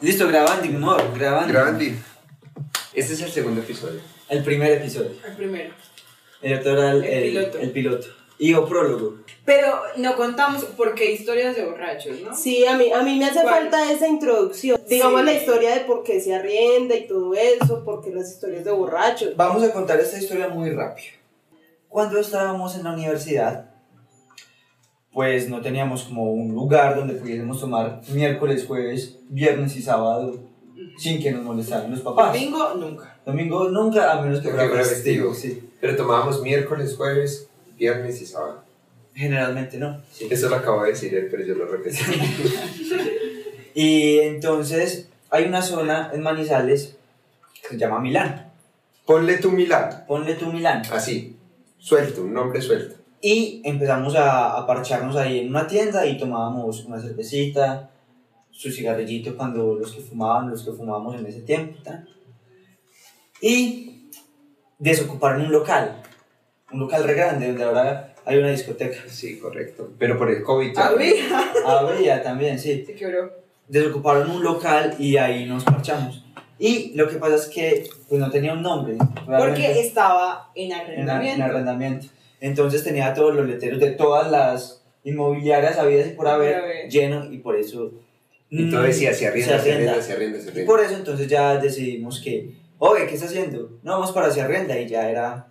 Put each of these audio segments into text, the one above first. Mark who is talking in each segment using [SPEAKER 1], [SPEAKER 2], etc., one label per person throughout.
[SPEAKER 1] Listo, grabando, no, grabando.
[SPEAKER 2] Grandi.
[SPEAKER 3] Este es el segundo episodio.
[SPEAKER 1] El primer episodio.
[SPEAKER 4] El primero.
[SPEAKER 1] El otro era el,
[SPEAKER 4] El
[SPEAKER 1] el-
[SPEAKER 4] piloto.
[SPEAKER 1] el piloto. Y o prólogo.
[SPEAKER 4] Pero no contamos por qué historias de borrachos, ¿no?
[SPEAKER 5] Sí, a mí, a mí me hace
[SPEAKER 4] ¿Cuál?
[SPEAKER 5] falta esa introducción. Digamos la historia de por qué se arrienda y todo eso, por qué las historias de borrachos.
[SPEAKER 1] Vamos a contar esta historia muy rápido. Cuando estábamos en la universidad, pues no teníamos como un lugar donde pudiéramos tomar miércoles, jueves, viernes y sábado sin que nos molestaran los papás.
[SPEAKER 4] Domingo, nunca.
[SPEAKER 1] Domingo nunca, a menos que
[SPEAKER 2] Que
[SPEAKER 1] fuera
[SPEAKER 2] fuera
[SPEAKER 1] festivo,
[SPEAKER 2] festivo.
[SPEAKER 1] sí.
[SPEAKER 2] Pero tomábamos miércoles, jueves, viernes y sábado.
[SPEAKER 1] Generalmente no. sí.
[SPEAKER 2] Eso lo acabo de decir él, pero yo lo repetí.
[SPEAKER 1] Y entonces hay una zona en Manizales que se llama Milán.
[SPEAKER 2] Ponle tu Milán.
[SPEAKER 1] Ponle tú Milán.
[SPEAKER 2] Así. Suelto, un nombre suelto.
[SPEAKER 1] Y empezamos a, a parcharnos ahí en una tienda y tomábamos una cervecita, su cigarrillito cuando los que fumaban, los que fumábamos en ese tiempo. tan. Y desocuparon un local, un local re grande donde ahora hay una discoteca.
[SPEAKER 2] Sí, correcto. Pero por el COVID ya.
[SPEAKER 4] Había.
[SPEAKER 1] Había también, sí.
[SPEAKER 4] Se quebró.
[SPEAKER 1] desocuparon un local y ahí nos parchamos. Y lo que pasa es que pues, no tenía un nombre.
[SPEAKER 4] Porque
[SPEAKER 1] realmente,
[SPEAKER 4] estaba
[SPEAKER 1] en,
[SPEAKER 4] en
[SPEAKER 1] ar- en
[SPEAKER 4] arrendamiento.
[SPEAKER 1] arrendamiento. Entonces tenía todos los letreros de todas las inmobiliarias habidas y por
[SPEAKER 4] Por
[SPEAKER 1] haber
[SPEAKER 4] haber.
[SPEAKER 1] lleno y por eso...
[SPEAKER 2] Y
[SPEAKER 1] mm,
[SPEAKER 2] todo decía, se arrienda,
[SPEAKER 1] se
[SPEAKER 2] se arrienda,
[SPEAKER 1] arrienda.
[SPEAKER 2] se arrienda, se
[SPEAKER 1] Y
[SPEAKER 2] arrienda.
[SPEAKER 1] por eso entonces ya decidimos que, oye, ¿qué está haciendo? No, vamos para hacia arrenda y ya era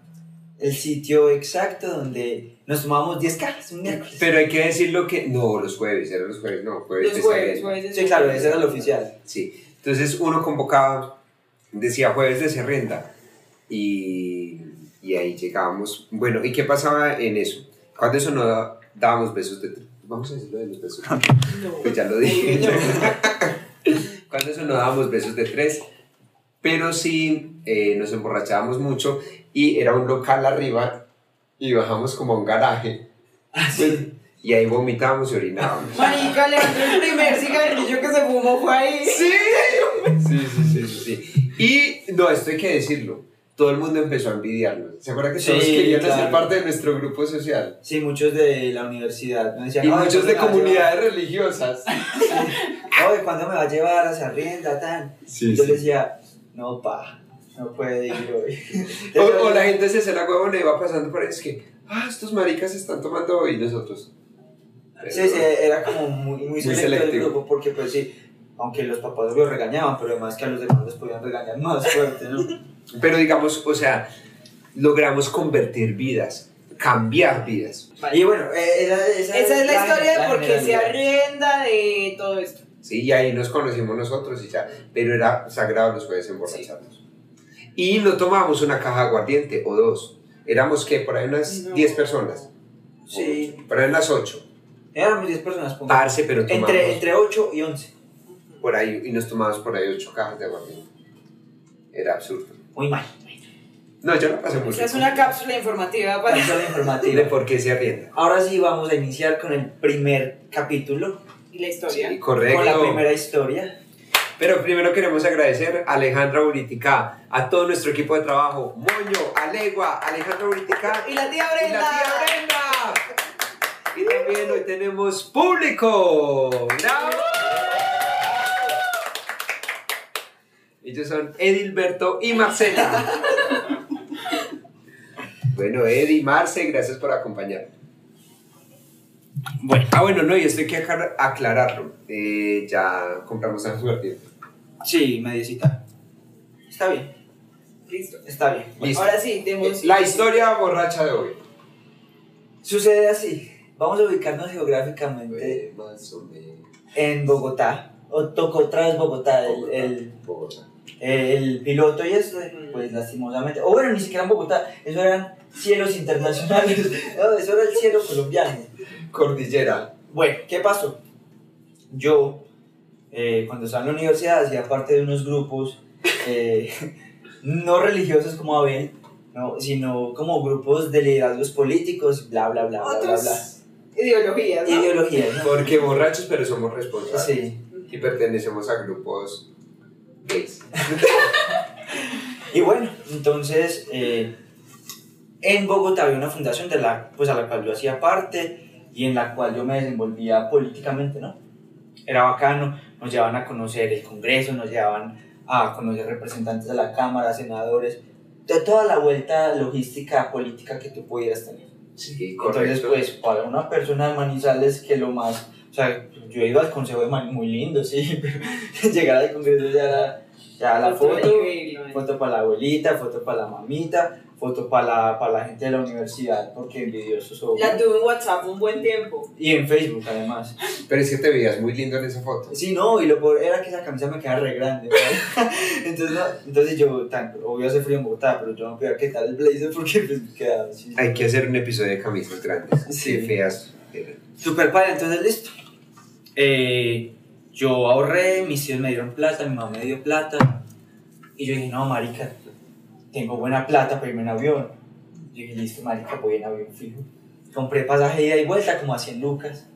[SPEAKER 1] el sitio exacto donde nos tomábamos 10 cajas un miércoles.
[SPEAKER 2] Pero hay que decirlo que. No, los jueves, eran los jueves, no, jueves.
[SPEAKER 4] Los
[SPEAKER 2] de
[SPEAKER 4] jueves,
[SPEAKER 2] Sarrienda.
[SPEAKER 4] jueves.
[SPEAKER 1] Sí, claro, ese era el oficial.
[SPEAKER 2] Sí. Entonces uno convocaba, decía jueves de Serrenda. Y, y ahí llegábamos. Bueno, ¿y qué pasaba en eso? Cuando eso no da- dábamos besos de tres. Vamos a decirlo de los besos.
[SPEAKER 4] No.
[SPEAKER 2] Pues ya lo dije. Cuando eso no dábamos besos de tres. Pero sí eh, nos emborrachábamos mucho y era un local arriba y bajamos como a un garaje. Y ahí vomitábamos y orinábamos.
[SPEAKER 4] Marica, levantó el primer cigarrillo que se fumó fue ahí.
[SPEAKER 2] Sí, sí, sí, sí, sí. Y no, esto hay que decirlo. Todo el mundo empezó a envidiarnos. ¿Se acuerdan que todos
[SPEAKER 1] Sí,
[SPEAKER 2] querían
[SPEAKER 1] claro.
[SPEAKER 2] hacer parte de nuestro grupo social?
[SPEAKER 1] Sí, muchos de la universidad nos decían,
[SPEAKER 2] Y
[SPEAKER 1] "Oye,
[SPEAKER 2] muchos
[SPEAKER 1] ¿cuándo
[SPEAKER 2] de
[SPEAKER 1] me vas a llevar?"
[SPEAKER 2] comunidades religiosas.
[SPEAKER 1] Oye, ¿cuándo me va a llevar hacia rienda, tan?
[SPEAKER 2] Sí,
[SPEAKER 1] yo le
[SPEAKER 2] sí.
[SPEAKER 1] decía, no, pa, no puede ir hoy.
[SPEAKER 2] O, o la gente se la huevona y va pasando por ahí. Es que, ah, estos maricas se están tomando hoy nosotros. Pero-
[SPEAKER 1] Sí, sí, era como muy, muy, selectivo, el
[SPEAKER 2] selectivo.
[SPEAKER 1] grupo, porque pues sí, aunque los papás lo regañaban, pero además que a los demás los podían regañar más fuerte, ¿no?
[SPEAKER 2] Pero digamos, o sea, logramos convertir vidas, cambiar vidas.
[SPEAKER 1] Y bueno, eh, era- esa,
[SPEAKER 4] Esa es la historia de por qué se
[SPEAKER 1] generalidad.
[SPEAKER 4] arrienda de todo esto.
[SPEAKER 2] Sí, y ahí nos conocimos nosotros y ya. Pero era sagrado los jueves emborracharnos. Y no tomábamos una caja de aguardiente o dos. Éramos que por ahí unas
[SPEAKER 4] No.
[SPEAKER 2] 10 personas.
[SPEAKER 1] Sí,
[SPEAKER 2] Por ahí unas 8.
[SPEAKER 1] éramos 10 personas, ponga.
[SPEAKER 2] Parce, pero tomamos
[SPEAKER 1] Entre, entre 8 y 11.
[SPEAKER 2] por ahí y nos tomábamos por ahí 8 cajas de aguardiente. Era absurdo.
[SPEAKER 1] Muy mal.
[SPEAKER 2] No, yo no pasé mucho.
[SPEAKER 4] Esa es una cápsula informativa para.
[SPEAKER 1] Mucho de
[SPEAKER 2] De
[SPEAKER 1] informativa.
[SPEAKER 2] por qué se arrienda.
[SPEAKER 1] Ahora sí vamos a iniciar con el primer capítulo,
[SPEAKER 4] Y la historia.
[SPEAKER 2] Sí,
[SPEAKER 1] con la
[SPEAKER 2] correcto.
[SPEAKER 1] primera historia.
[SPEAKER 2] Pero primero queremos agradecer a Alejandra Buritica, a todo nuestro equipo de trabajo, Moño, Alegua, Alejandra Buritica
[SPEAKER 4] Y la tía
[SPEAKER 2] ¡Y la
[SPEAKER 4] Brenda.
[SPEAKER 2] tía Brenda! Y también hoy tenemos público. ¡Bravo! Ellos son Edilberto y Marcela. Bueno, Edi, Marce, gracias por acompañarnos. Bueno. Ah, bueno, no, y esto hay que aclar- aclararlo. Eh, ya compramos a suerte.
[SPEAKER 1] Sí, mediecita. Está bien,
[SPEAKER 4] Listo.
[SPEAKER 1] está bien.
[SPEAKER 2] Listo.
[SPEAKER 4] Ahora sí, demos.
[SPEAKER 2] La historia borracha de hoy.
[SPEAKER 1] Sucede así. Vamos a ubicarnos geográficamente
[SPEAKER 2] más o menos.
[SPEAKER 1] en Bogotá. O tocó otra vez Bogotá, el, el,
[SPEAKER 2] Bogotá.
[SPEAKER 1] el piloto y eso, pues lastimosamente. O bueno, ni siquiera en Bogotá, eso eran cielos internacionales. No, eso era el cielo colombiano.
[SPEAKER 2] Cordillera.
[SPEAKER 1] Bueno, ¿qué pasó? Yo, eh, cuando estaba en la universidad, hacía parte de unos grupos eh, no religiosos como Abel, no, sino como grupos de liderazgos políticos, bla, bla, bla, bla, bla, bla.
[SPEAKER 4] Otras ideologías, ¿no?
[SPEAKER 1] Ideología, ¿no?
[SPEAKER 2] Porque borrachos, pero somos responsables.
[SPEAKER 1] Sí.
[SPEAKER 2] Y pertenecemos a grupos gays.
[SPEAKER 1] Y bueno, entonces, eh, en Bogotá había una fundación de la, pues, a la cual yo hacía parte y en la cual yo me desenvolvía políticamente, ¿no? era bacano, nos llevaban a conocer el Congreso, nos llevaban a conocer representantes de la Cámara, senadores, de toda la vuelta logística política que tú pudieras tener.
[SPEAKER 2] Sí,
[SPEAKER 1] Entonces,
[SPEAKER 2] correcto.
[SPEAKER 1] pues, para una persona de Manizales que lo más, o sea, yo he ido al Consejo de Manizales, muy lindo, sí, pero llegar al Congreso ya era, ya la
[SPEAKER 4] Otro
[SPEAKER 1] foto,
[SPEAKER 4] nivel, ¿no?
[SPEAKER 1] foto para la abuelita, foto para la mamita, foto para la, para la gente de la universidad, porque envidiosos son.
[SPEAKER 4] La tuve en WhatsApp un buen tiempo.
[SPEAKER 1] Y en Facebook, además.
[SPEAKER 2] Pero es que te veías muy lindo en esa foto.
[SPEAKER 1] Sí, no, y lo peor era que esa camisa me quedaba re grande. ¿vale? entonces, no, entonces yo, tan, obvio hace frío en Bogotá, pero yo no podía quitar el blazer porque pues, me quedaba así.
[SPEAKER 2] Hay que hacer un episodio de camisas grandes.
[SPEAKER 1] Sí.
[SPEAKER 2] Sí. feas. eran.
[SPEAKER 1] Super padre, entonces listo. Eh, yo ahorré, mis tíos me dieron plata, mi mamá me dio plata. Y yo dije, no, marica, tengo buena plata para irme en avión. Yo dije, listo, marica, voy en avión fijo. Compré pasaje de ida y vuelta como a 100 lucas.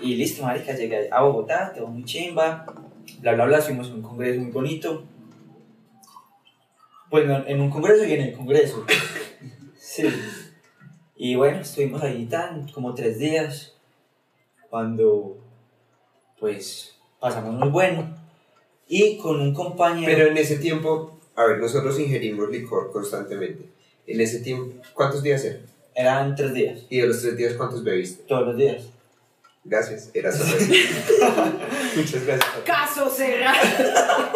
[SPEAKER 1] Y listo, marica, llegué a Bogotá, todo muy chimba. Bla, bla, bla, fuimos a un congreso muy bonito. Bueno, en un congreso y en el congreso. Sí. Y bueno, estuvimos ahí tan como tres días, cuando pues pasamos muy bueno. Y con un compañero,
[SPEAKER 2] Pero en ese tiempo, a ver, nosotros ingerimos licor constantemente. En ese tiempo, ¿cuántos días eran?
[SPEAKER 1] eran tres días,
[SPEAKER 2] Y de los tres días, ¿cuántos bebiste?
[SPEAKER 1] todos los días.
[SPEAKER 2] Gracias, era solo eso. Muchas gracias.
[SPEAKER 4] Caso cerrado.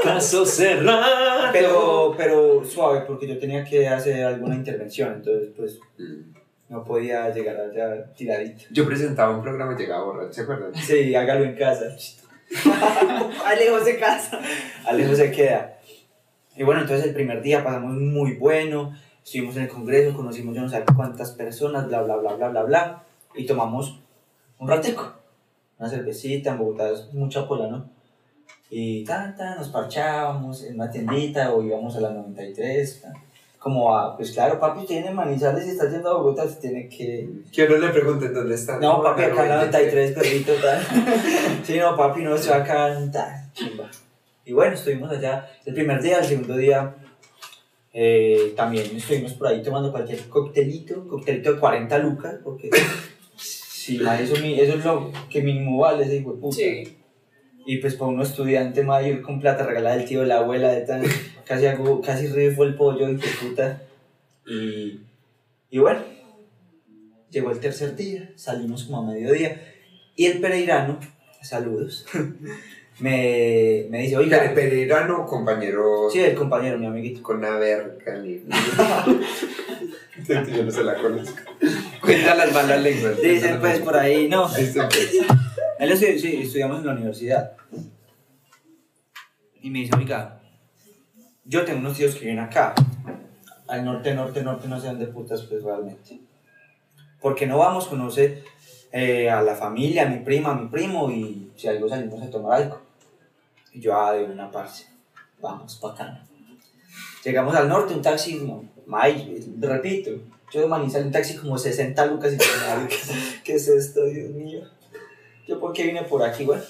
[SPEAKER 1] Caso cerrado. Pero, pero suave, porque yo tenía que hacer alguna intervención, entonces pues no podía llegar allá tiradito.
[SPEAKER 2] Yo presentaba un programa y llegaba borracho, ¿se acuerdan?
[SPEAKER 1] Sí, hágalo en casa.
[SPEAKER 4] Alejo se casa.
[SPEAKER 1] Alejo se queda. Y bueno, entonces el primer día pasamos muy bueno, estuvimos en el Congreso, conocimos yo no sé cuántas personas, bla, bla, bla, bla, bla, bla, y tomamos un ratico, una cervecita, en Bogotá es mucha pola, ¿no? Y tan, tan, nos parchábamos en una tiendita o íbamos a la 93, tan. como a, pues claro, papi, usted viene de Manizales y está yendo a Bogotá, usted tiene que...
[SPEAKER 2] Que no le pregunten dónde está.
[SPEAKER 1] No, papi, acá en la
[SPEAKER 2] Pero-
[SPEAKER 1] 93, perrito, tal. Sí, no, papi, no, se va acá, tal, chimba. Y bueno, estuvimos allá el primer día, el segundo día eh, también estuvimos por ahí tomando cualquier coctelito, coctelito de 40 lucas, porque sí, ma, eso, mi- eso es lo que mínimo vale ese hijo de puta.
[SPEAKER 4] Sí.
[SPEAKER 1] Y pues para uno estudiante, ma, ir con plata regalada del tío, de la abuela, de tal, casi, hago, casi rifo el pollo, hijo de puta. Y, y bueno, llegó el tercer día, salimos como a mediodía, y el pereirano, saludos, me, me dice,
[SPEAKER 2] Pere-
[SPEAKER 1] oiga,
[SPEAKER 2] Pereirano, compañero
[SPEAKER 1] sí, el compañero, mi amiguito.
[SPEAKER 2] con una verga ni. Yo no se la conozco. Cuenta las malas lenguas.
[SPEAKER 1] Dicen pues por ahí, no.
[SPEAKER 2] Dicen, pues.
[SPEAKER 1] Él estu- sí, estudiamos en la universidad. Y me dice, oiga, yo tengo unos tíos que viven acá, al norte, norte, norte, no sé dónde putas, pues realmente. Porque no vamos, conoce eh, a la familia, a mi prima, a mi primo, y si algo salimos a tomar algo. Y yo, ah, de una parte, vamos, bacana. Llegamos al norte, un taxi, no, may, repito, yo de Manizales, un taxi como 60 lucas y yo, "Marica, ¿qué es esto, Dios mío? yo porque vine por aquí, bueno,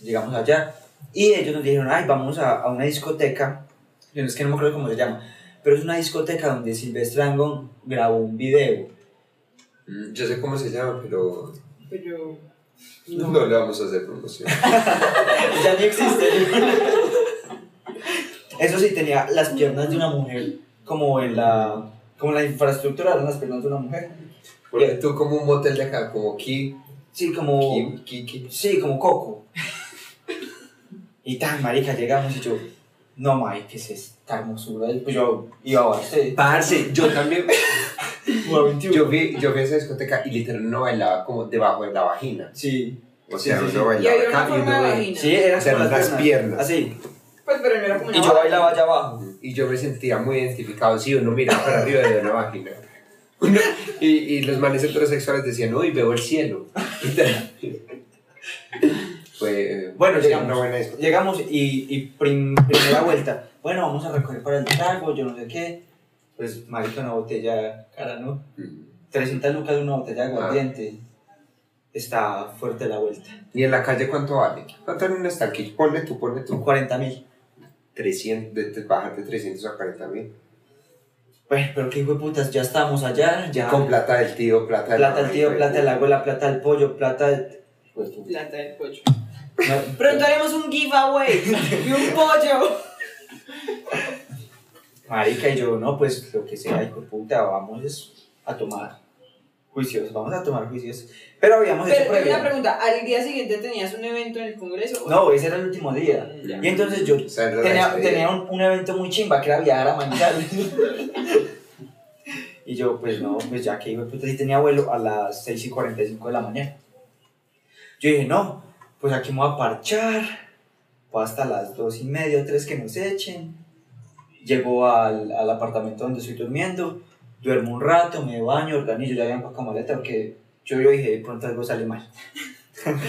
[SPEAKER 1] llegamos allá y ellos nos dijeron, ay, vamos a, a una discoteca, yo no- es que no me acuerdo cómo se llama, pero es una discoteca donde Silvestre Angón grabó un video.
[SPEAKER 2] Mm, Yo sé cómo se llama, pero
[SPEAKER 4] Pero.
[SPEAKER 2] no, le vamos a hacer promoción.
[SPEAKER 1] ya no existe. Eso sí, tenía las piernas de una mujer, como en la, como la infraestructura eran las piernas de una mujer.
[SPEAKER 2] Porque tú como un motel de acá, como Ki,
[SPEAKER 1] Sí, como...
[SPEAKER 2] Ki, Ki, Ki.
[SPEAKER 1] Sí, como coco. Y tan, marica, llegamos y yo, no, Mike, ¿qué es esta hermosura? Y Pues yo iba a base,
[SPEAKER 2] Parce, yo también.
[SPEAKER 1] como a 21.
[SPEAKER 2] Yo vi, yo vi esa discoteca y literal no bailaba como debajo de la vagina.
[SPEAKER 1] Sí.
[SPEAKER 2] O
[SPEAKER 1] Sí,
[SPEAKER 2] sea,
[SPEAKER 1] sí, sí.
[SPEAKER 2] uno
[SPEAKER 4] Y
[SPEAKER 2] bailaba
[SPEAKER 4] había una
[SPEAKER 2] acá y uno
[SPEAKER 4] forma de
[SPEAKER 2] bailaba.
[SPEAKER 4] vagina.
[SPEAKER 1] Sí, eran
[SPEAKER 2] O sea,
[SPEAKER 1] con
[SPEAKER 2] las piernas.
[SPEAKER 1] Así.
[SPEAKER 4] Pues, pero no era como una.
[SPEAKER 1] Y yo bailaba allá abajo.
[SPEAKER 2] Y yo me sentía muy identificado, sí, uno miraba para arriba de una vagina. Uno- y, y los manes heterosexuales decían, uy, veo el cielo. Fue eh,
[SPEAKER 1] Bueno,
[SPEAKER 2] sí,
[SPEAKER 1] llegamos.
[SPEAKER 2] una buena discoteca.
[SPEAKER 1] Llegamos y, y prim- primera vuelta. Bueno, vamos a recoger para el trago, yo no sé qué. Pues, marica, una botella cara, ¿no? 300 lucas una botella
[SPEAKER 2] Ah.
[SPEAKER 1] de aguardiente. Está fuerte la vuelta.
[SPEAKER 2] ¿Y en la calle cuánto vale? ¿Cuánto en un estanquillo? Ponle tú, ponle tú.
[SPEAKER 1] 40 mil.
[SPEAKER 2] 300, de, de- bajar de 300 a 40 mil.
[SPEAKER 1] Bueno, Pues, pero qué hijo de putas, ya estamos allá, ya.
[SPEAKER 2] Con plata del tío, plata Pues, del
[SPEAKER 1] plata al tío, plata de la abuela, plata al pollo, plata del...
[SPEAKER 4] Plata del pollo.
[SPEAKER 1] No,
[SPEAKER 4] Pronto haremos un giveaway y un pollo.
[SPEAKER 1] Marica, y yo, no, pues lo que sea, hijo de puta, vamos es a tomar juicios, vamos a tomar juicios. Pero habíamos hecho
[SPEAKER 4] Pero tengo una
[SPEAKER 1] previa.
[SPEAKER 4] pregunta, ¿al día siguiente tenías un evento en el Congreso?
[SPEAKER 1] No, ese era el último día.
[SPEAKER 4] Ya.
[SPEAKER 1] Y entonces yo
[SPEAKER 2] O sea, era la
[SPEAKER 1] tenía,
[SPEAKER 2] despedida.
[SPEAKER 1] tenía un, un evento muy chimba que era viajar a Manizales. y yo, pues no, pues ya que iba, pues sí tenía vuelo a las 6 y 45 de la mañana. Yo dije, no, pues aquí me voy a parchar, voy hasta las 2 y media, 3 que nos echen. Llego al, al apartamento donde estoy durmiendo, duermo un rato, me baño, organizo, ya había empacado maleta porque yo, yo dije, de pronto algo sale mal.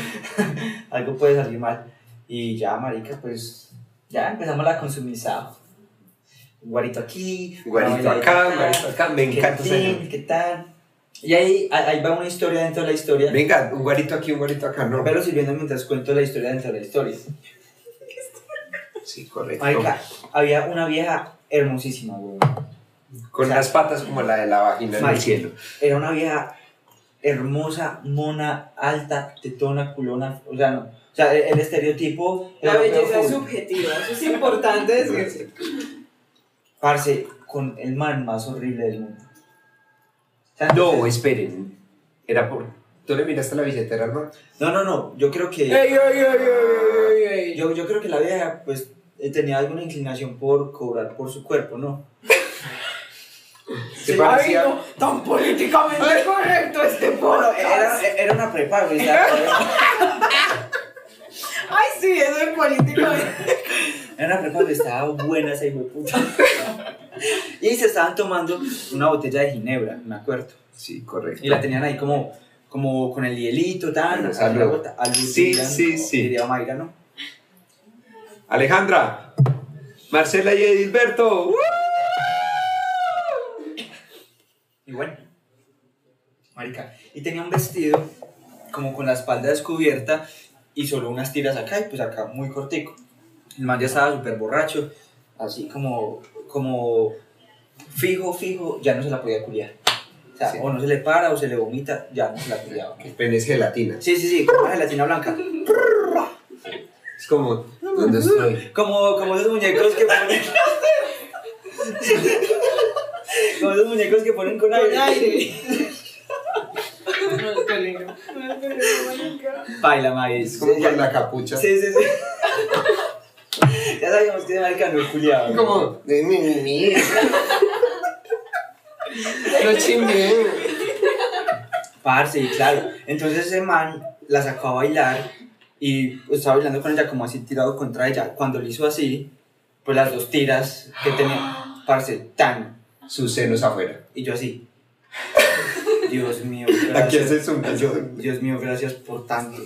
[SPEAKER 1] algo puede salir mal. Y ya, marica, pues ya empezamos la consumizada. Un guarito aquí, una
[SPEAKER 2] Guarito
[SPEAKER 1] bailadita
[SPEAKER 2] acá, guarito acá, me
[SPEAKER 1] ¿Qué
[SPEAKER 2] encanta esa
[SPEAKER 1] tal? ¿Qué tal? Y ahí, a- ahí va una historia dentro de la historia.
[SPEAKER 2] Venga, un guarito aquí, un guarito acá, no.
[SPEAKER 1] Pero sirviendo mientras cuento la historia dentro de la historia.
[SPEAKER 2] Sí, correcto.
[SPEAKER 1] Marica, había una vieja hermosísima, güey.
[SPEAKER 2] Con
[SPEAKER 1] o sea,
[SPEAKER 2] las patas como la de la vagina en el
[SPEAKER 1] Marica.
[SPEAKER 2] cielo.
[SPEAKER 1] Era una vieja hermosa, mona, alta, tetona, culona. O sea, no. O sea, el, el estereotipo.
[SPEAKER 4] La
[SPEAKER 1] europeo
[SPEAKER 4] belleza es
[SPEAKER 1] full.
[SPEAKER 4] subjetiva, eso es importante decirse.
[SPEAKER 1] Parce, con el man más horrible del mundo. O sea,
[SPEAKER 2] No,
[SPEAKER 1] entonces-
[SPEAKER 2] esperen. Era por. ¿Tú le miraste la billetera, hermano?
[SPEAKER 1] no, no, no. Yo creo que. Yo, yo creo que la vieja, pues, eh, tenía alguna inclinación por cobrar por su cuerpo, ¿no?
[SPEAKER 2] ¿Te parecía?
[SPEAKER 4] tan políticamente correcto este
[SPEAKER 1] Bueno,
[SPEAKER 4] podcast.
[SPEAKER 1] era, era una prepa, güey, o sea, era-
[SPEAKER 4] Ay, sí, eso es políticamente.
[SPEAKER 1] era una prepa que estaba buena esa hijueputa. Y se estaban tomando una botella de ginebra, me acuerdo.
[SPEAKER 2] Sí, correcto.
[SPEAKER 1] Y la tenían ahí como, como con el hielito, tal,
[SPEAKER 2] Bueno,
[SPEAKER 1] así
[SPEAKER 2] salud.
[SPEAKER 1] la bota- alucinando,
[SPEAKER 2] Ah, sí, sí.
[SPEAKER 1] diría Mayra, ¿no?
[SPEAKER 2] Alejandra, Marcela y Edilberto. ¡uh!
[SPEAKER 1] Y bueno, marica. Y tenía un vestido como con la espalda descubierta y solo unas tiras acá y pues acá muy cortico. El man ya estaba súper borracho, así como, como fijo, fijo, ya no se la podía culiar. O sea,
[SPEAKER 2] Sí.
[SPEAKER 1] o no se le para o se le vomita, ya no se la culiaba.
[SPEAKER 2] El pene es gelatina.
[SPEAKER 1] Sí, sí, sí, como una gelatina blanca.
[SPEAKER 2] Es como, ¿dónde estoy?
[SPEAKER 1] Como, como esos muñecos que ponen... como esos muñecos que ponen con aire.
[SPEAKER 4] No es peligro. No es peligro,
[SPEAKER 1] Baila, May.
[SPEAKER 2] Es como
[SPEAKER 1] Sí, ya-
[SPEAKER 2] con la capucha.
[SPEAKER 1] Sí, sí, sí. ya sabíamos que era marica no culiaba.
[SPEAKER 2] Es
[SPEAKER 1] ¿no?
[SPEAKER 2] como, de mi, mi, mi. No chimé.
[SPEAKER 1] Parce, y claro. Entonces ese man la sacó a bailar y estaba bailando con ella como así tirado contra ella. Cuando le hizo así, pues las dos tiras que tenía, parce, tan.
[SPEAKER 2] Sus senos afuera.
[SPEAKER 1] Y yo así. Dios mío,
[SPEAKER 2] Aquí
[SPEAKER 1] gracias.
[SPEAKER 2] haces un
[SPEAKER 1] Yo, Dios mío, gracias por tanto.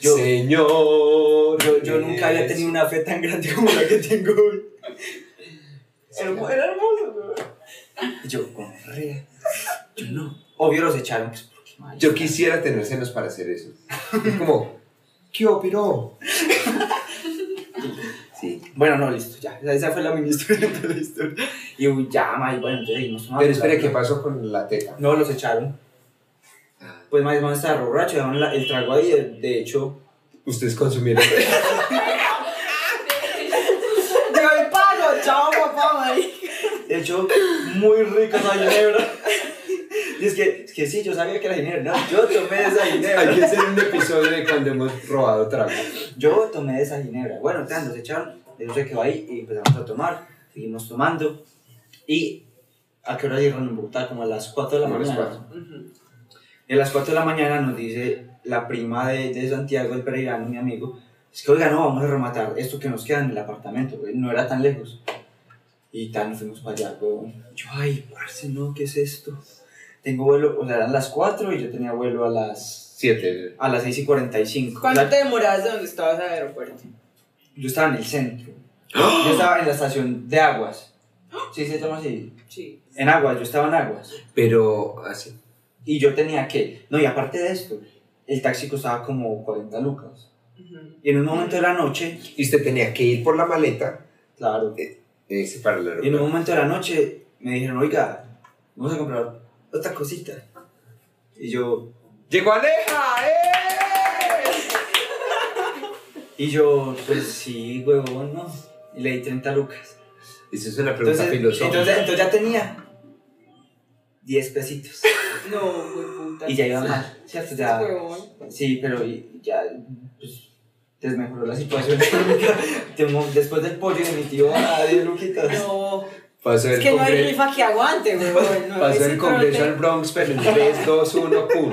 [SPEAKER 1] Yo,
[SPEAKER 2] Señor.
[SPEAKER 1] yo, yo nunca había tenido una fe tan grande como la que tengo hoy.
[SPEAKER 4] Hermo- Era hermoso, güey.
[SPEAKER 1] Y yo, con Yo no. Obvio los echaron. Pues, porque, madre.
[SPEAKER 2] Yo quisiera tener senos para hacer eso. Es como, ¿qué opinó?
[SPEAKER 1] Sí. Bueno, no, listo, ya. Esa- Esa fue la mini historia de la historia. Y uy, ya, ma, y bueno, entonces seguimos tomando.
[SPEAKER 2] Pero espere, ¿qué pasó con la teta?
[SPEAKER 1] No, los echaron.
[SPEAKER 2] Ah.
[SPEAKER 1] Pues más más estaba borracho, dejaron la- el trago ahí, de, de hecho.
[SPEAKER 2] Ustedes consumieron.
[SPEAKER 4] Llegó el palo, chao, papá, marica.
[SPEAKER 1] De hecho, muy rica esa ginebra. Y es que, es que sí, yo sabía que era ginebra, no, yo tomé de esa
[SPEAKER 2] Hay
[SPEAKER 1] ginebra.
[SPEAKER 2] que hacer un episodio de cuando hemos robado tragos.
[SPEAKER 1] Yo tomé de esa ginebra. Bueno, entonces los echaron, de sé que va ahí y empezamos a tomar, seguimos tomando. Y a qué hora llegaron en Bogotá, como a las 4 de la
[SPEAKER 2] Como a las
[SPEAKER 1] mañana.
[SPEAKER 2] cuatro.
[SPEAKER 1] Y a las 4 de la mañana nos dice la prima de, de Santiago, el Pereirano, mi amigo, es que oiga, no, vamos a rematar esto que nos queda en el apartamento, güey, no era tan lejos. Y tal, nos fuimos para allá, weón. Yo, ay, parce, no, ¿qué es esto? Tengo vuelo, o sea, eran las 4 y yo tenía vuelo a las,
[SPEAKER 2] Siete.
[SPEAKER 1] a las 6 y 45.
[SPEAKER 4] ¿Cuánto
[SPEAKER 1] La-
[SPEAKER 4] te demorabas de donde estabas al aeropuerto?
[SPEAKER 1] Yo estaba en el centro. Yo estaba en la estación de Aguas. Sí, se llama así.
[SPEAKER 4] Sí.
[SPEAKER 1] En Aguas, yo estaba en Aguas.
[SPEAKER 2] Pero, así.
[SPEAKER 1] Y yo tenía que, no, y aparte de esto, el taxi costaba como 40 lucas.
[SPEAKER 4] Ujú.
[SPEAKER 1] Y en un momento de la noche,
[SPEAKER 2] Y usted tenía que ir por la maleta
[SPEAKER 1] claro,
[SPEAKER 2] ese para el
[SPEAKER 1] y en un
[SPEAKER 2] aeropuerto.
[SPEAKER 1] momento de la noche me dijeron, oiga, vamos a comprar otra cosita. Y yo,
[SPEAKER 2] ¡Llegó Aleja! ¡Eh!
[SPEAKER 1] Y yo, pues sí, huevón, no. Y le di 30 lucas.
[SPEAKER 2] Eso es una pregunta
[SPEAKER 1] Entonces,
[SPEAKER 2] filosófica.
[SPEAKER 1] entonces, entonces ya tenía 10 pesitos.
[SPEAKER 4] No, güey, puta.
[SPEAKER 1] Y ya iba mal, ¿cierto? Ya,
[SPEAKER 4] Huevón.
[SPEAKER 1] sí, pero y- ya pues, desmejoró la situación económica. Tengo- Después del pollo de mi tío a 10 luquitas.
[SPEAKER 4] No,
[SPEAKER 2] pasó
[SPEAKER 4] es
[SPEAKER 2] el,
[SPEAKER 4] que no hay
[SPEAKER 2] congre-
[SPEAKER 4] rifa que aguante, huevón. No,
[SPEAKER 2] pasó
[SPEAKER 4] ese
[SPEAKER 2] el congreso
[SPEAKER 4] trote.
[SPEAKER 2] al Bronx, pero en 3, 2, 1, pum.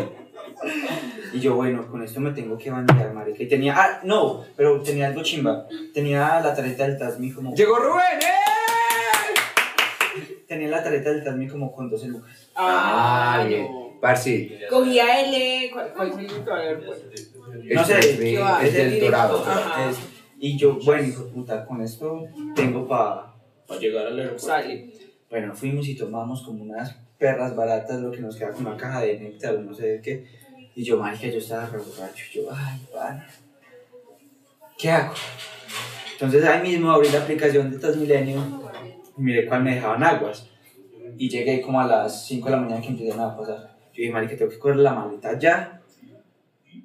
[SPEAKER 1] Y yo, bueno, con esto me tengo que bañar, marica. Y tenía, ah, no, pero tenía algo chimba. Tenía la tarjeta del Tasmi como,
[SPEAKER 2] ¡Llegó Rubén! ¡eh!
[SPEAKER 1] tenía la tarjeta del Tasmi como con 12 lucas.
[SPEAKER 4] Ah,
[SPEAKER 2] Ah, bien.
[SPEAKER 4] no.
[SPEAKER 2] Parce,
[SPEAKER 4] Cogía L, ¿cuál cuál fue el color, güey?
[SPEAKER 2] el
[SPEAKER 1] No sé,
[SPEAKER 2] Tasmi,
[SPEAKER 4] yo-
[SPEAKER 2] el del
[SPEAKER 1] el
[SPEAKER 2] dorado.
[SPEAKER 4] directo. Ajá.
[SPEAKER 1] Es- y yo, bueno, hijo de puta, con esto tengo para llegar al aeropuerto.
[SPEAKER 4] Sale.
[SPEAKER 1] Bueno, fuimos y tomamos como unas perras baratas, lo que nos queda con una caja de néctar, no sé de qué. Y yo, marica, yo estaba re borracho. Yo, ay, pana, ¿qué hago? Entonces ahí mismo abrí la aplicación de Transmilenio y miré cuál me dejaban aguas. Y llegué como a las 5 de la mañana que empezaron a pasar. Yo dije, marica, tengo que coger la maleta ya.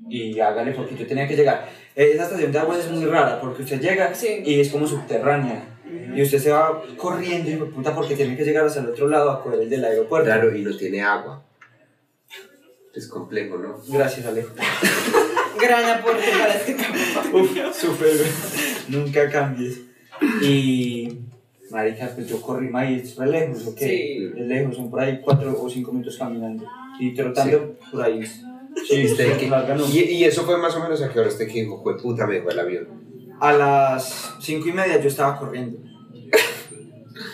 [SPEAKER 1] Y hágale porque yo tenía que llegar. Eh, Esa estación de aguas es muy rara porque usted llega
[SPEAKER 4] Sí.
[SPEAKER 1] y es como subterránea. Y usted se va corriendo y me puta porque tiene que llegar hasta el otro lado a coger el del aeropuerto.
[SPEAKER 2] Claro, y no tiene agua. Es complejo, ¿no?
[SPEAKER 1] Gracias, Alejo.
[SPEAKER 4] Gran aporte para este campo.
[SPEAKER 1] Uf, súper. Nunca cambies. Y. Marica, pues yo corrí más y es re lejos, ¿ok?
[SPEAKER 4] Sí.
[SPEAKER 1] Es lejos, son por ahí cuatro o cinco minutos caminando. Y trotando por ahí. Sí,
[SPEAKER 2] Usted que-
[SPEAKER 1] larga, no.
[SPEAKER 2] y, y eso fue más o menos a qué hora usted que dijo, "Jue puta, me dejó el avión.
[SPEAKER 1] A las cinco y media yo estaba corriendo.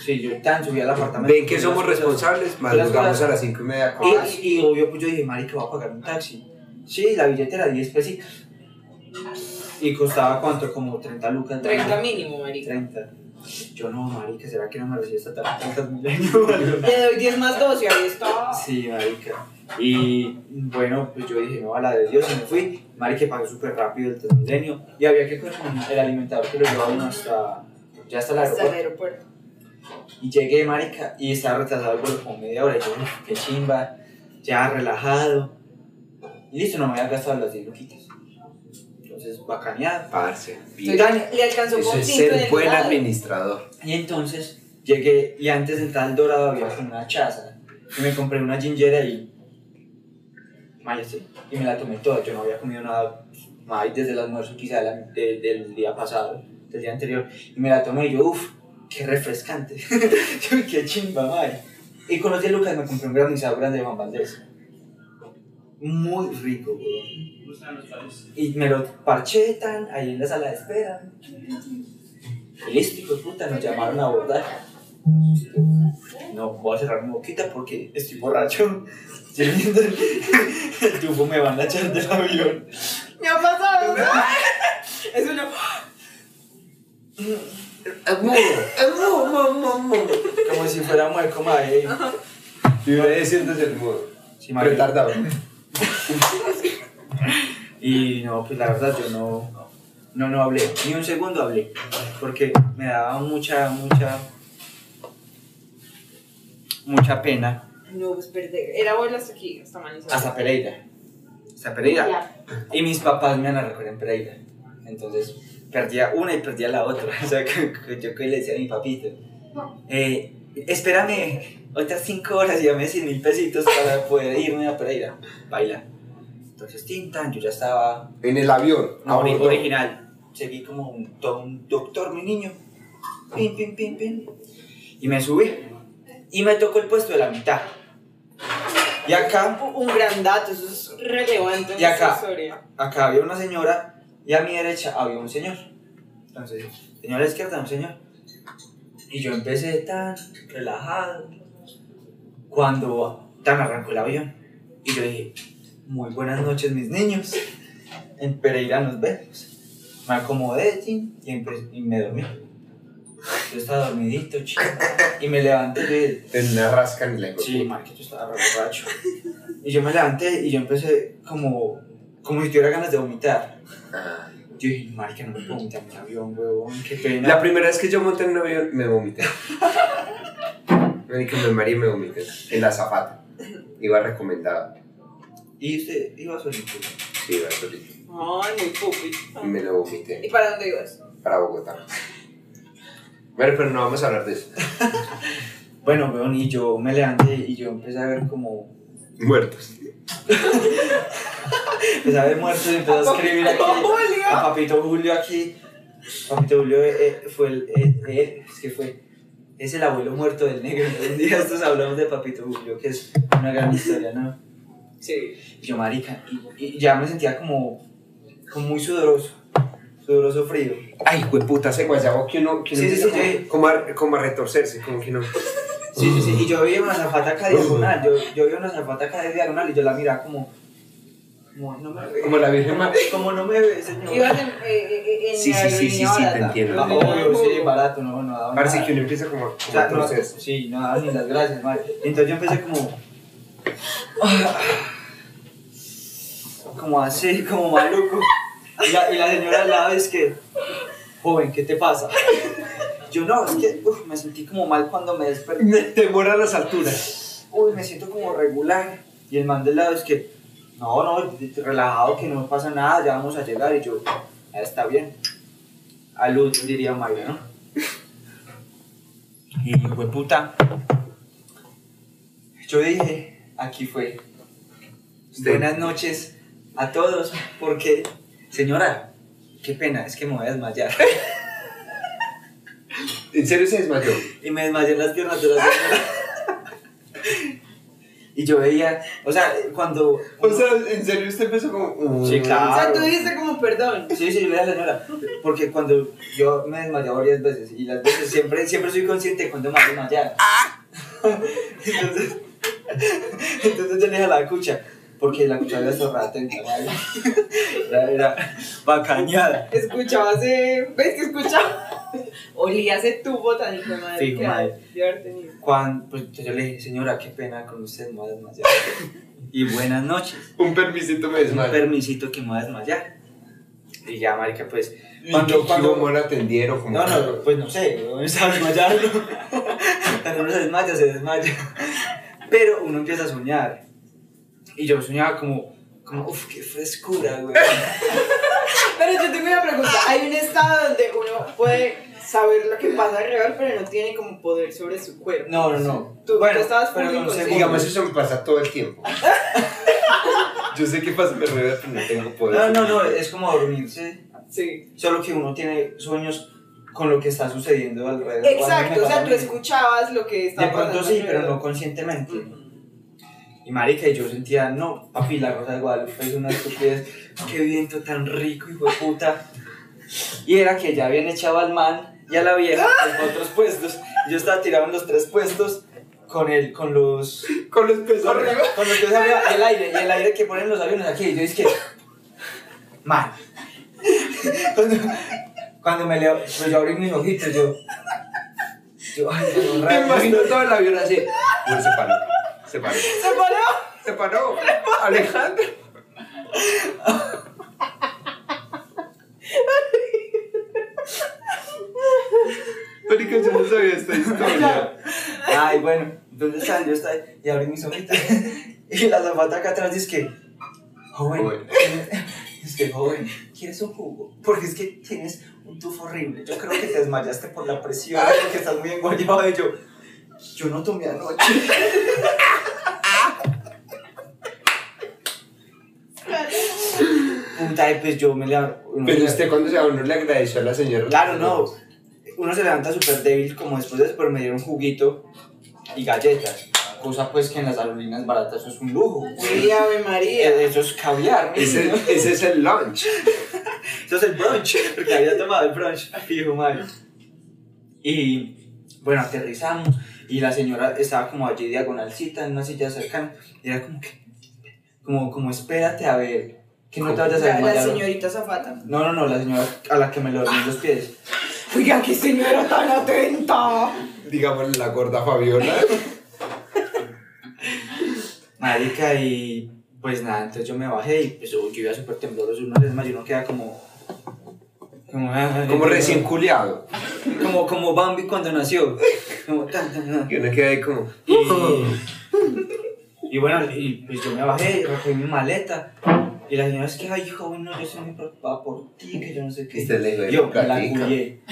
[SPEAKER 1] Sí, yo tan subí al apartamento.
[SPEAKER 2] Ven que somos responsables, madrugamos a las 5 y media.
[SPEAKER 1] Y, y obvio, pues yo dije, marica, voy a pagar un taxi. Sí, la billetera, 10 pesitos. Y costaba cuánto, como 30 lucas.
[SPEAKER 4] 30 mínimo, marica.
[SPEAKER 1] 30. Yo no, marica, ¿será que no me recibe esta tarjeta de 30 milenios?
[SPEAKER 4] Te doy 10 más 2 y ahí está.
[SPEAKER 1] Sí, marica. Y bueno, pues yo dije, no, a la de Dios, y me fui. Marica pagó súper rápido el transmilenio. Y había que coger como el alimentador que lo llevaban hasta, ya hasta el
[SPEAKER 4] Hasta el
[SPEAKER 1] aeropuerto.
[SPEAKER 4] aeropuerto.
[SPEAKER 1] Y llegué, marica, y estaba retrasado el vuelo como media hora. Y yo, "Uf, qué chimba, ya relajado. Y listo, no me había gastado las 10 luquitas. Entonces, bacaneado.
[SPEAKER 2] Parce, bien.
[SPEAKER 4] Entonces, le alcanzó
[SPEAKER 2] Eso
[SPEAKER 4] con
[SPEAKER 2] es
[SPEAKER 4] 5 en
[SPEAKER 2] ser
[SPEAKER 4] el
[SPEAKER 2] buen
[SPEAKER 4] lado.
[SPEAKER 2] administrador.
[SPEAKER 1] Y entonces llegué y antes de entrar al Dorado había como una chaza. Y me compré una gingera y. Maya, sí. Y me la tomé toda. Yo no había comido nada más desde el almuerzo, quizá de la- de- del día pasado, del día anterior. Y me la tomé y yo, uff, qué refrescante. Yo, qué chimba, May. Y con los 10 lucas me compré un granizado grande de Juan Valdés. Muy rico, weón. Y me lo parché tan ahí en la sala de espera. Y listo, hijo de puta, nos llamaron a abordar. No, voy a cerrar mi boquita porque estoy borracho. Estoy viendo el, el tubo, me van a echar del avión.
[SPEAKER 4] Me ha pasado. Es una.
[SPEAKER 2] Amor, amor, amor, amor.
[SPEAKER 1] Como si fuera muerco, mae.
[SPEAKER 2] Y uno diciéndose el mudo.
[SPEAKER 1] Sí, madre.
[SPEAKER 2] Retardado.
[SPEAKER 1] Y no, pues la verdad yo no, no, no hablé, ni un segundo hablé, porque me daba mucha, mucha, mucha pena.
[SPEAKER 4] No, pues perder. Era bueno hasta aquí, hasta Manizales.
[SPEAKER 1] Hasta Pereira. Hasta Pereira.
[SPEAKER 4] Ya.
[SPEAKER 1] Y mis papás me van a recoger en Pereira. Entonces, perdía una y perdía la otra. O sea, que, que yo que le decía a mi papito, eh, espérame otras cinco horas y dame 100 mil pesitos para poder irme a Pereira. Baila. Entonces, tintan, yo ya estaba
[SPEAKER 2] En el avión.
[SPEAKER 1] no, ori-
[SPEAKER 2] abordó.
[SPEAKER 1] original. Seguí como un, todo un doctor, mi niño. Pin, pin, pin, pin. Y me subí. Y me tocó el puesto de la mitad. Y acá
[SPEAKER 4] Un gran dato, eso es relevante en
[SPEAKER 1] Y acá.
[SPEAKER 4] esta historia.
[SPEAKER 1] acá había una señora y a mi derecha había un señor. Entonces, señor a la izquierda, un señor. Y yo empecé tan relajado cuando tan arrancó el avión. Y yo dije, muy buenas noches mis niños. En Pereira nos vemos. Me acomodé tin, y, empe- y me dormí. Yo estaba dormidito, chico. Y me levanté y yo dije,
[SPEAKER 2] En una rasca en el avión.
[SPEAKER 1] Sí, marica, yo estaba re borracho. Y yo me levanté y yo empecé como, como si tuviera ganas de vomitar.
[SPEAKER 2] Ah.
[SPEAKER 1] Yo dije, marica, no me puedo vomitar en el avión, huevón, qué pena.
[SPEAKER 2] La primera vez que yo monté en un avión, me vomité. Me dije, me maría y me vomité. En la zapata. Iba recomendado.
[SPEAKER 1] y usted iba solito.
[SPEAKER 2] Sí, iba solito.
[SPEAKER 4] Ay, muy pupi.
[SPEAKER 2] y me lo vomité
[SPEAKER 4] ¿Y para dónde ibas?
[SPEAKER 2] para Bogotá. Bueno, pero no vamos a hablar de eso.
[SPEAKER 1] Bueno, weón, y yo me levanté y yo empecé a ver como.
[SPEAKER 2] Muertos.
[SPEAKER 1] Empecé a ver muertos y empecé a escribir aquí.
[SPEAKER 4] Julio.
[SPEAKER 1] A Papito Julio aquí. Papito Julio eh, eh, fue el. eh, eh, es que fue. Es el abuelo muerto del negro. Un día estos hablamos de Papito Julio, que es una gran historia, ¿no?
[SPEAKER 4] Sí.
[SPEAKER 1] Y yo, marica, y, y ya me sentía como, como muy sudoroso, sudoroso frío.
[SPEAKER 2] Ay, güey, puta, ese guayabo que uno. Que
[SPEAKER 1] Sí,
[SPEAKER 2] uno
[SPEAKER 1] sí, sí,
[SPEAKER 2] empieza
[SPEAKER 1] yo-
[SPEAKER 2] como, como a, como a retorcerse, como que no.
[SPEAKER 1] Sí, sí, sí, y yo vi una zafata acá diagonal, yo, yo vi una zafata acá diagonal y yo la miraba como, como no me ve,
[SPEAKER 2] Como la Virgen María.
[SPEAKER 1] como no me ve, señor.
[SPEAKER 4] Ibas en, eh, eh, en
[SPEAKER 2] Sí,
[SPEAKER 4] la
[SPEAKER 2] sí, sí, sí, sí, te
[SPEAKER 4] avenida
[SPEAKER 2] entiendo.
[SPEAKER 1] Ah, obvio, sí, barato, no, no daba
[SPEAKER 2] Parece
[SPEAKER 1] nada.
[SPEAKER 2] que uno empieza como,
[SPEAKER 1] O
[SPEAKER 2] como a
[SPEAKER 1] sea, no,
[SPEAKER 2] retorcerse.
[SPEAKER 1] sí, no daba ni las gracias, madre. Entonces yo empecé como... Como así, como maluco. Y la, y la señora al lado es que... Joven, ¿qué te pasa? Yo no, es que uf, me sentí como mal cuando me desperté.
[SPEAKER 2] Temor a las alturas.
[SPEAKER 1] Uy, me siento como regular. Y el man del lado es que... No, no, relajado, que no pasa nada, ya vamos a llegar. Y yo, "Ah, está bien. A luz, diría Mayra, ¿no? Y fue puta. Yo dije, aquí fue.
[SPEAKER 2] Usted.
[SPEAKER 1] Buenas noches a todos, porque, señora, qué pena, es que me voy a desmayar.
[SPEAKER 2] ¿En serio se desmayó?
[SPEAKER 1] Y me desmayé en las piernas de la señora. Y yo veía, o sea, cuando.
[SPEAKER 2] O sea, ¿en serio usted empezó como. "Uh,
[SPEAKER 1] Sí, claro.
[SPEAKER 4] O sea, tú dijiste como perdón.
[SPEAKER 1] Sí, sí, yo le dije a la señora, porque cuando yo me desmayé varias veces, y las veces siempre, siempre soy consciente de cuando me voy a desmayar.
[SPEAKER 2] Ah.
[SPEAKER 1] Entonces, entonces yo le dije a la cucha, porque la cucha era zorrata, entonces, era, era bacañada.
[SPEAKER 4] Escuchabas, eh, ¿ves que escuchaba? Olía ese tubo tan hijo de madre
[SPEAKER 1] Sí,
[SPEAKER 4] que
[SPEAKER 1] madre.
[SPEAKER 4] de haber tenido.
[SPEAKER 1] Cuando, pues entonces yo le dije, señora, qué pena con usted, me voy a desmayar. Y buenas noches.
[SPEAKER 2] Un permisito me
[SPEAKER 1] Es un
[SPEAKER 2] desmayó.
[SPEAKER 1] permisito que me voy a desmayar. Y ya, marica, pues. Cuando-
[SPEAKER 2] Cuando, yo
[SPEAKER 1] cuando-
[SPEAKER 2] me lo atendieron como.
[SPEAKER 1] No, no, pues no sé, uno está desmayando. Cuando uno se desmaya, se desmaya. Pero uno empieza a soñar. Y yo soñaba como, como uff, qué frescura, güey.
[SPEAKER 5] Pero yo tengo una pregunta. Hay un estado donde uno puede saber lo que pasa alrededor, pero no tiene como poder sobre su cuerpo.
[SPEAKER 1] No, no, no.
[SPEAKER 5] Tú-
[SPEAKER 1] bueno,
[SPEAKER 5] tú estabas
[SPEAKER 1] pero con
[SPEAKER 5] público, sí.
[SPEAKER 1] segundo.
[SPEAKER 2] Digamos, eso me pasa todo el tiempo. Yo sé que pasa, me rodea, pero pues, no tengo
[SPEAKER 1] No,
[SPEAKER 2] poder.
[SPEAKER 1] no, no, es como dormirse.
[SPEAKER 5] Sí.
[SPEAKER 1] Solo que uno tiene sueños con lo que está sucediendo alrededor.
[SPEAKER 5] Exacto, o sea,
[SPEAKER 1] Cuando me
[SPEAKER 5] tú
[SPEAKER 1] pasa a mí.
[SPEAKER 5] escuchabas lo que
[SPEAKER 1] De
[SPEAKER 5] estaba
[SPEAKER 1] pronto
[SPEAKER 5] pasando
[SPEAKER 1] sí, pero no
[SPEAKER 5] alrededor.
[SPEAKER 1] conscientemente.
[SPEAKER 4] Mm.
[SPEAKER 1] Y marica, y yo sentía, no, papi, la Rosa de Guadalupe es una estupidez, qué viento tan rico, hijo de puta. Y era que ya habían echado al man y a la vieja en otros puestos. Y yo estaba tirado en los tres puestos con el, con los,
[SPEAKER 2] Con los pesares.
[SPEAKER 1] con los que se abría el aire, y el aire que ponen los aviones aquí. Y yo dije, man. Cuando, cuando me leo, pues yo abrí mis ojitos, yo, yo, ay, me
[SPEAKER 2] Me imagino todo el avión así. Bueno, se paró. Se paró.
[SPEAKER 5] ¿Se paró?
[SPEAKER 2] Se paró. Alejandro. Marica, yo no sabía esta historia.
[SPEAKER 1] Ay, bueno, ¿dónde están? Yo estaba y abrí mis ojitos. Y la zapata acá atrás dice que, joven,
[SPEAKER 2] Joven.
[SPEAKER 1] es que joven, ¿quieres un jugo? Porque es que tienes un tufo horrible. Yo creo que te desmayaste por la presión, porque estás muy enguayado. Y yo, yo no tomé anoche. Puta, y pues yo me levanto.
[SPEAKER 2] Pero usted cuando se va, uno le agradeció a la señora.
[SPEAKER 1] Claro, no. Uno se levanta súper débil como después de eso, pero me dieron juguito y galletas. Cosa pues que en las aerolíneas baratas eso es un lujo.
[SPEAKER 5] Sí, Ave María.
[SPEAKER 1] Eh, Eso es caviar, ¿no?
[SPEAKER 2] Ese, ese es el lunch.
[SPEAKER 1] Eso es el brunch, eh, porque había tomado el brunch, fijo, madre. Y bueno, aterrizamos y la señora estaba como allí diagonalcita en una silla cercana y era como que, como, como espérate a ver, que no te vayas a
[SPEAKER 5] La, la
[SPEAKER 1] desmayar.
[SPEAKER 5] señorita Zapata.
[SPEAKER 1] No, no, no, la señora a la que me lo dormí los pies.
[SPEAKER 5] Oiga, qué señora tan atenta.
[SPEAKER 2] Digamos la gorda Fabiola.
[SPEAKER 1] Marica, y pues nada, entonces yo me bajé y pues yo yo iba súper tembloroso, uno se desmayó, uno queda como... Como, ah,
[SPEAKER 2] Como recién culiado.
[SPEAKER 1] Como, como Bambi cuando nació. Como tan, tan, tan.
[SPEAKER 2] Y uno queda ahí como.
[SPEAKER 1] Y, y bueno, y pues yo me bajé, recogí mi maleta Y la señora es que, ay, joven, no, yo estoy muy preocupada por ti, que yo no sé qué.
[SPEAKER 2] Este le dijo,
[SPEAKER 1] Yo me la
[SPEAKER 2] platica.
[SPEAKER 1] culié.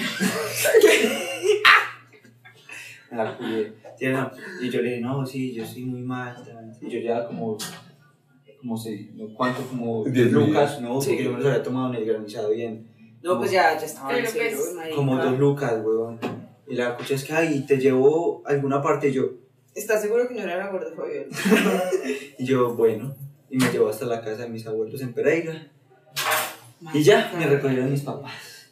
[SPEAKER 1] me la culié. Sí, no. Y yo le dije, no, sí, yo estoy muy mal. tal. Y yo ya como, como sé, no, cuánto, como
[SPEAKER 2] Diez
[SPEAKER 1] lucas, ¿no?
[SPEAKER 4] Sí.
[SPEAKER 1] Porque yo me los había tomado en el granizado bien.
[SPEAKER 4] No, pues ya, ya estaba en
[SPEAKER 5] Pero
[SPEAKER 4] serio,
[SPEAKER 5] pues,
[SPEAKER 4] marica.
[SPEAKER 1] Como dos lucas, weón. Y la escuché es que, ay, te llevo a alguna parte. Y yo,
[SPEAKER 4] ¿Estás seguro que no era la gordofobia?
[SPEAKER 1] y yo, bueno. Y me llevó hasta la casa de mis abuelos en Pereira. Y ya, me recogieron mis papás.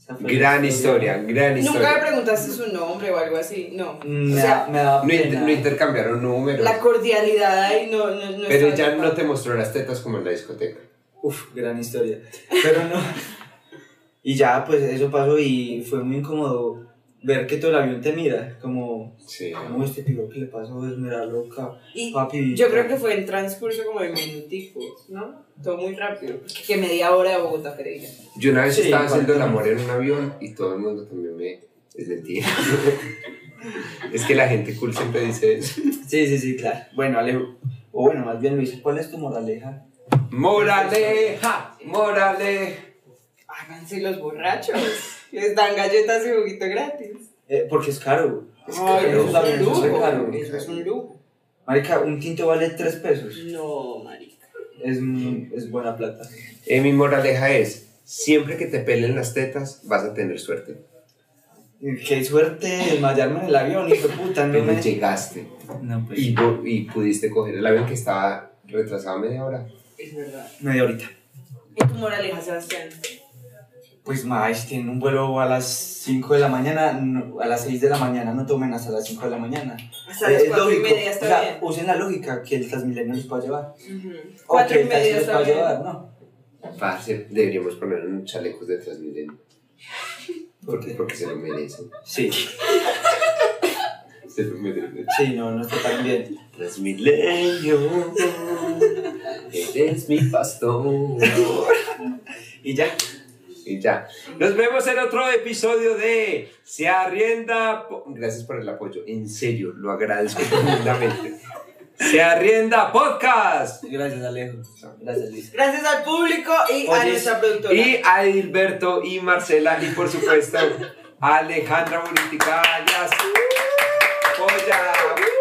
[SPEAKER 1] Esa fue la
[SPEAKER 2] Gran historia, gran
[SPEAKER 4] Nunca le
[SPEAKER 2] historia.
[SPEAKER 4] preguntaste su nombre o algo así, no.
[SPEAKER 1] Mm, Me,
[SPEAKER 4] O sea,
[SPEAKER 1] da- me daba
[SPEAKER 2] No, inter-
[SPEAKER 1] pena.
[SPEAKER 2] no intercambiaron números.
[SPEAKER 4] La cordialidad ahí no, no, no
[SPEAKER 2] Pero
[SPEAKER 4] estaba
[SPEAKER 2] ya
[SPEAKER 4] tapada.
[SPEAKER 2] no te mostró las tetas como en la discoteca.
[SPEAKER 1] Uf, gran historia. Pero no. Y ya, pues eso pasó y fue muy incómodo ver que todo el avión te mira. Como,
[SPEAKER 2] Sí.
[SPEAKER 1] ¿cómo este pico que le pasó? Es mira loca.
[SPEAKER 4] Y
[SPEAKER 1] Papi.
[SPEAKER 4] yo creo que fue el transcurso como de minuticos, ¿no? Todo muy rápido. porque Que media hora de Bogotá a Pereira.
[SPEAKER 2] Yo una vez
[SPEAKER 1] Sí,
[SPEAKER 2] estaba
[SPEAKER 1] igual.
[SPEAKER 2] haciendo el amor en un avión y todo el mundo también me... Es mentira. es que la gente cool siempre dice eso.
[SPEAKER 1] Sí, sí, sí, claro. Bueno, Alejo. O bueno, más bien Luis, ¿cuál es tu moraleja?
[SPEAKER 2] Moraleja, moraleja.
[SPEAKER 4] Háganse los borrachos. Les dan galletas y juguito gratis.
[SPEAKER 1] Eh, porque es caro.
[SPEAKER 2] Es
[SPEAKER 4] Ay,
[SPEAKER 1] caro,
[SPEAKER 4] eso es un
[SPEAKER 1] eso es
[SPEAKER 4] lujo.
[SPEAKER 1] caro.
[SPEAKER 4] Eso es un lujo.
[SPEAKER 1] Marica, un tinto vale 3 pesos.
[SPEAKER 4] No, marica.
[SPEAKER 1] Es, muy- es buena plata.
[SPEAKER 2] Eh, mi moraleja es, siempre que te pelen las tetas, vas a tener suerte.
[SPEAKER 1] Qué suerte desmayarme en el avión, hijo de puta. No
[SPEAKER 2] Pero
[SPEAKER 1] me...
[SPEAKER 2] llegaste
[SPEAKER 1] No, pues.
[SPEAKER 2] y, vo- y pudiste coger el avión que estaba retrasado media hora.
[SPEAKER 4] Es verdad.
[SPEAKER 1] Media horita.
[SPEAKER 4] ¿Y tu moraleja, Sebastián?
[SPEAKER 1] Pues más, tienen un vuelo a las 5 de la mañana, no- a las 6 de la mañana, no tomen hasta las 5 de la mañana.
[SPEAKER 4] Hasta las
[SPEAKER 1] Es
[SPEAKER 4] cuatro y
[SPEAKER 1] lógico,
[SPEAKER 4] media
[SPEAKER 1] o sea,
[SPEAKER 4] está
[SPEAKER 1] usen la lógica que el Transmilenio les pueda llevar.
[SPEAKER 4] bien. Ujú.
[SPEAKER 1] O
[SPEAKER 4] Cuatro
[SPEAKER 1] que
[SPEAKER 4] y
[SPEAKER 1] el taxi
[SPEAKER 4] media
[SPEAKER 1] les
[SPEAKER 4] está
[SPEAKER 1] pueda
[SPEAKER 4] bien.
[SPEAKER 1] llevar, no.
[SPEAKER 2] Parce, deberíamos poner un chalecos de Transmilenio. Porque, porque se lo merecen.
[SPEAKER 1] Sí,
[SPEAKER 2] Se lo merecen.
[SPEAKER 1] sí, no, no está tan bien.
[SPEAKER 2] Transmilenio, eres mi pastor.
[SPEAKER 1] Y ya,
[SPEAKER 2] Y ya. Nos vemos en otro episodio de Se Arrienda. Po- Gracias por el apoyo. En serio, lo agradezco profundamente. Se Arrienda Podcast.
[SPEAKER 1] gracias Alejo. Gracias Luis.
[SPEAKER 4] Gracias al público y a
[SPEAKER 1] Oye,
[SPEAKER 4] nuestra productora.
[SPEAKER 2] Y a Gilberto y Marcela. Y por supuesto, a Alejandra Bonitica. Alias Polla.